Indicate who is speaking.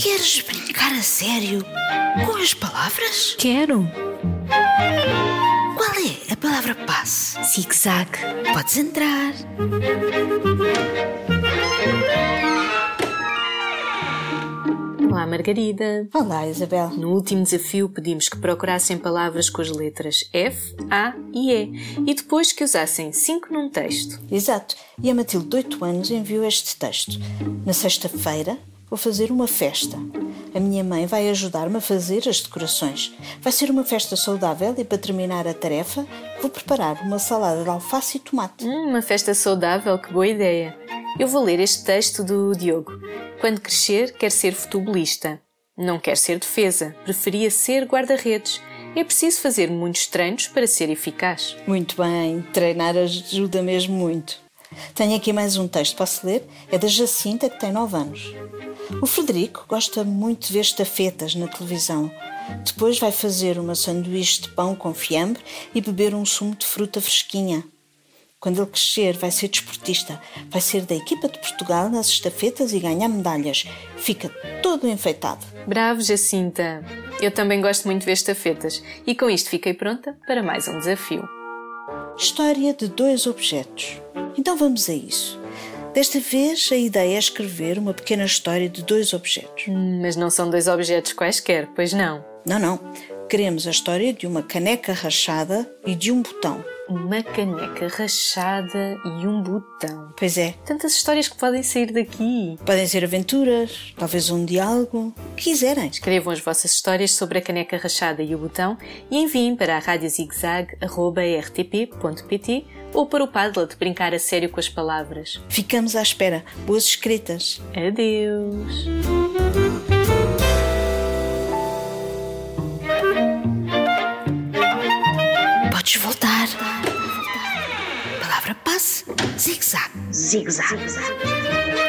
Speaker 1: Queres brincar a sério com as palavras?
Speaker 2: Quero.
Speaker 1: Qual é a palavra passe?
Speaker 2: Zig-zag.
Speaker 1: Podes entrar.
Speaker 2: Olá, Margarida.
Speaker 3: Olá, Isabel.
Speaker 2: No último desafio pedimos que procurassem palavras com as letras F, A e E e depois que usassem cinco num texto.
Speaker 3: Exato. E a Matilde, de 8 anos, enviou este texto. Na sexta-feira vou fazer uma festa. A minha mãe vai ajudar-me a fazer as decorações. Vai ser uma festa saudável e, para terminar a tarefa, vou preparar uma salada de alface e tomate.
Speaker 2: Hum, uma festa saudável, que boa ideia. Eu vou ler este texto do Diogo. Quando crescer, quer ser futebolista. Não quer ser defesa, preferia ser guarda-redes. É preciso fazer muitos treinos para ser eficaz.
Speaker 3: Muito bem, treinar ajuda mesmo muito. Tenho aqui mais um texto, posso ler? É da Jacinta, que tem 9 anos. O Frederico gosta muito de ver estafetas na televisão. Depois vai fazer uma sanduíche de pão com fiambre e beber um sumo de fruta fresquinha. Quando ele crescer, vai ser desportista, vai ser da equipa de Portugal nas estafetas e ganhar medalhas. Fica todo enfeitado.
Speaker 2: Bravo, Jacinta! Eu também gosto muito de ver estafetas e com isto fiquei pronta para mais um desafio.
Speaker 3: História de dois objetos. Então vamos a isso. Desta vez, a ideia é escrever uma pequena história de dois objetos.
Speaker 2: Hum, Mas não são dois objetos quaisquer, pois não?
Speaker 3: Não, não. Queremos a história de uma caneca rachada e de um botão.
Speaker 2: Uma caneca rachada e um botão.
Speaker 3: Pois é,
Speaker 2: Tantas histórias que podem sair daqui.
Speaker 3: podem ser aventuras, talvez um diálogo, o que quiserem.
Speaker 2: Escrevam as vossas histórias sobre a caneca rachada e o botão e enviem para a radiozigzag.rtp.pt ou para o Padlet brincar a sério com as palavras.
Speaker 3: Ficamos à espera. Boas escritas!
Speaker 2: Adeus!
Speaker 1: Podes voltar. Palavra passe, zig-zag.
Speaker 4: zig-zag.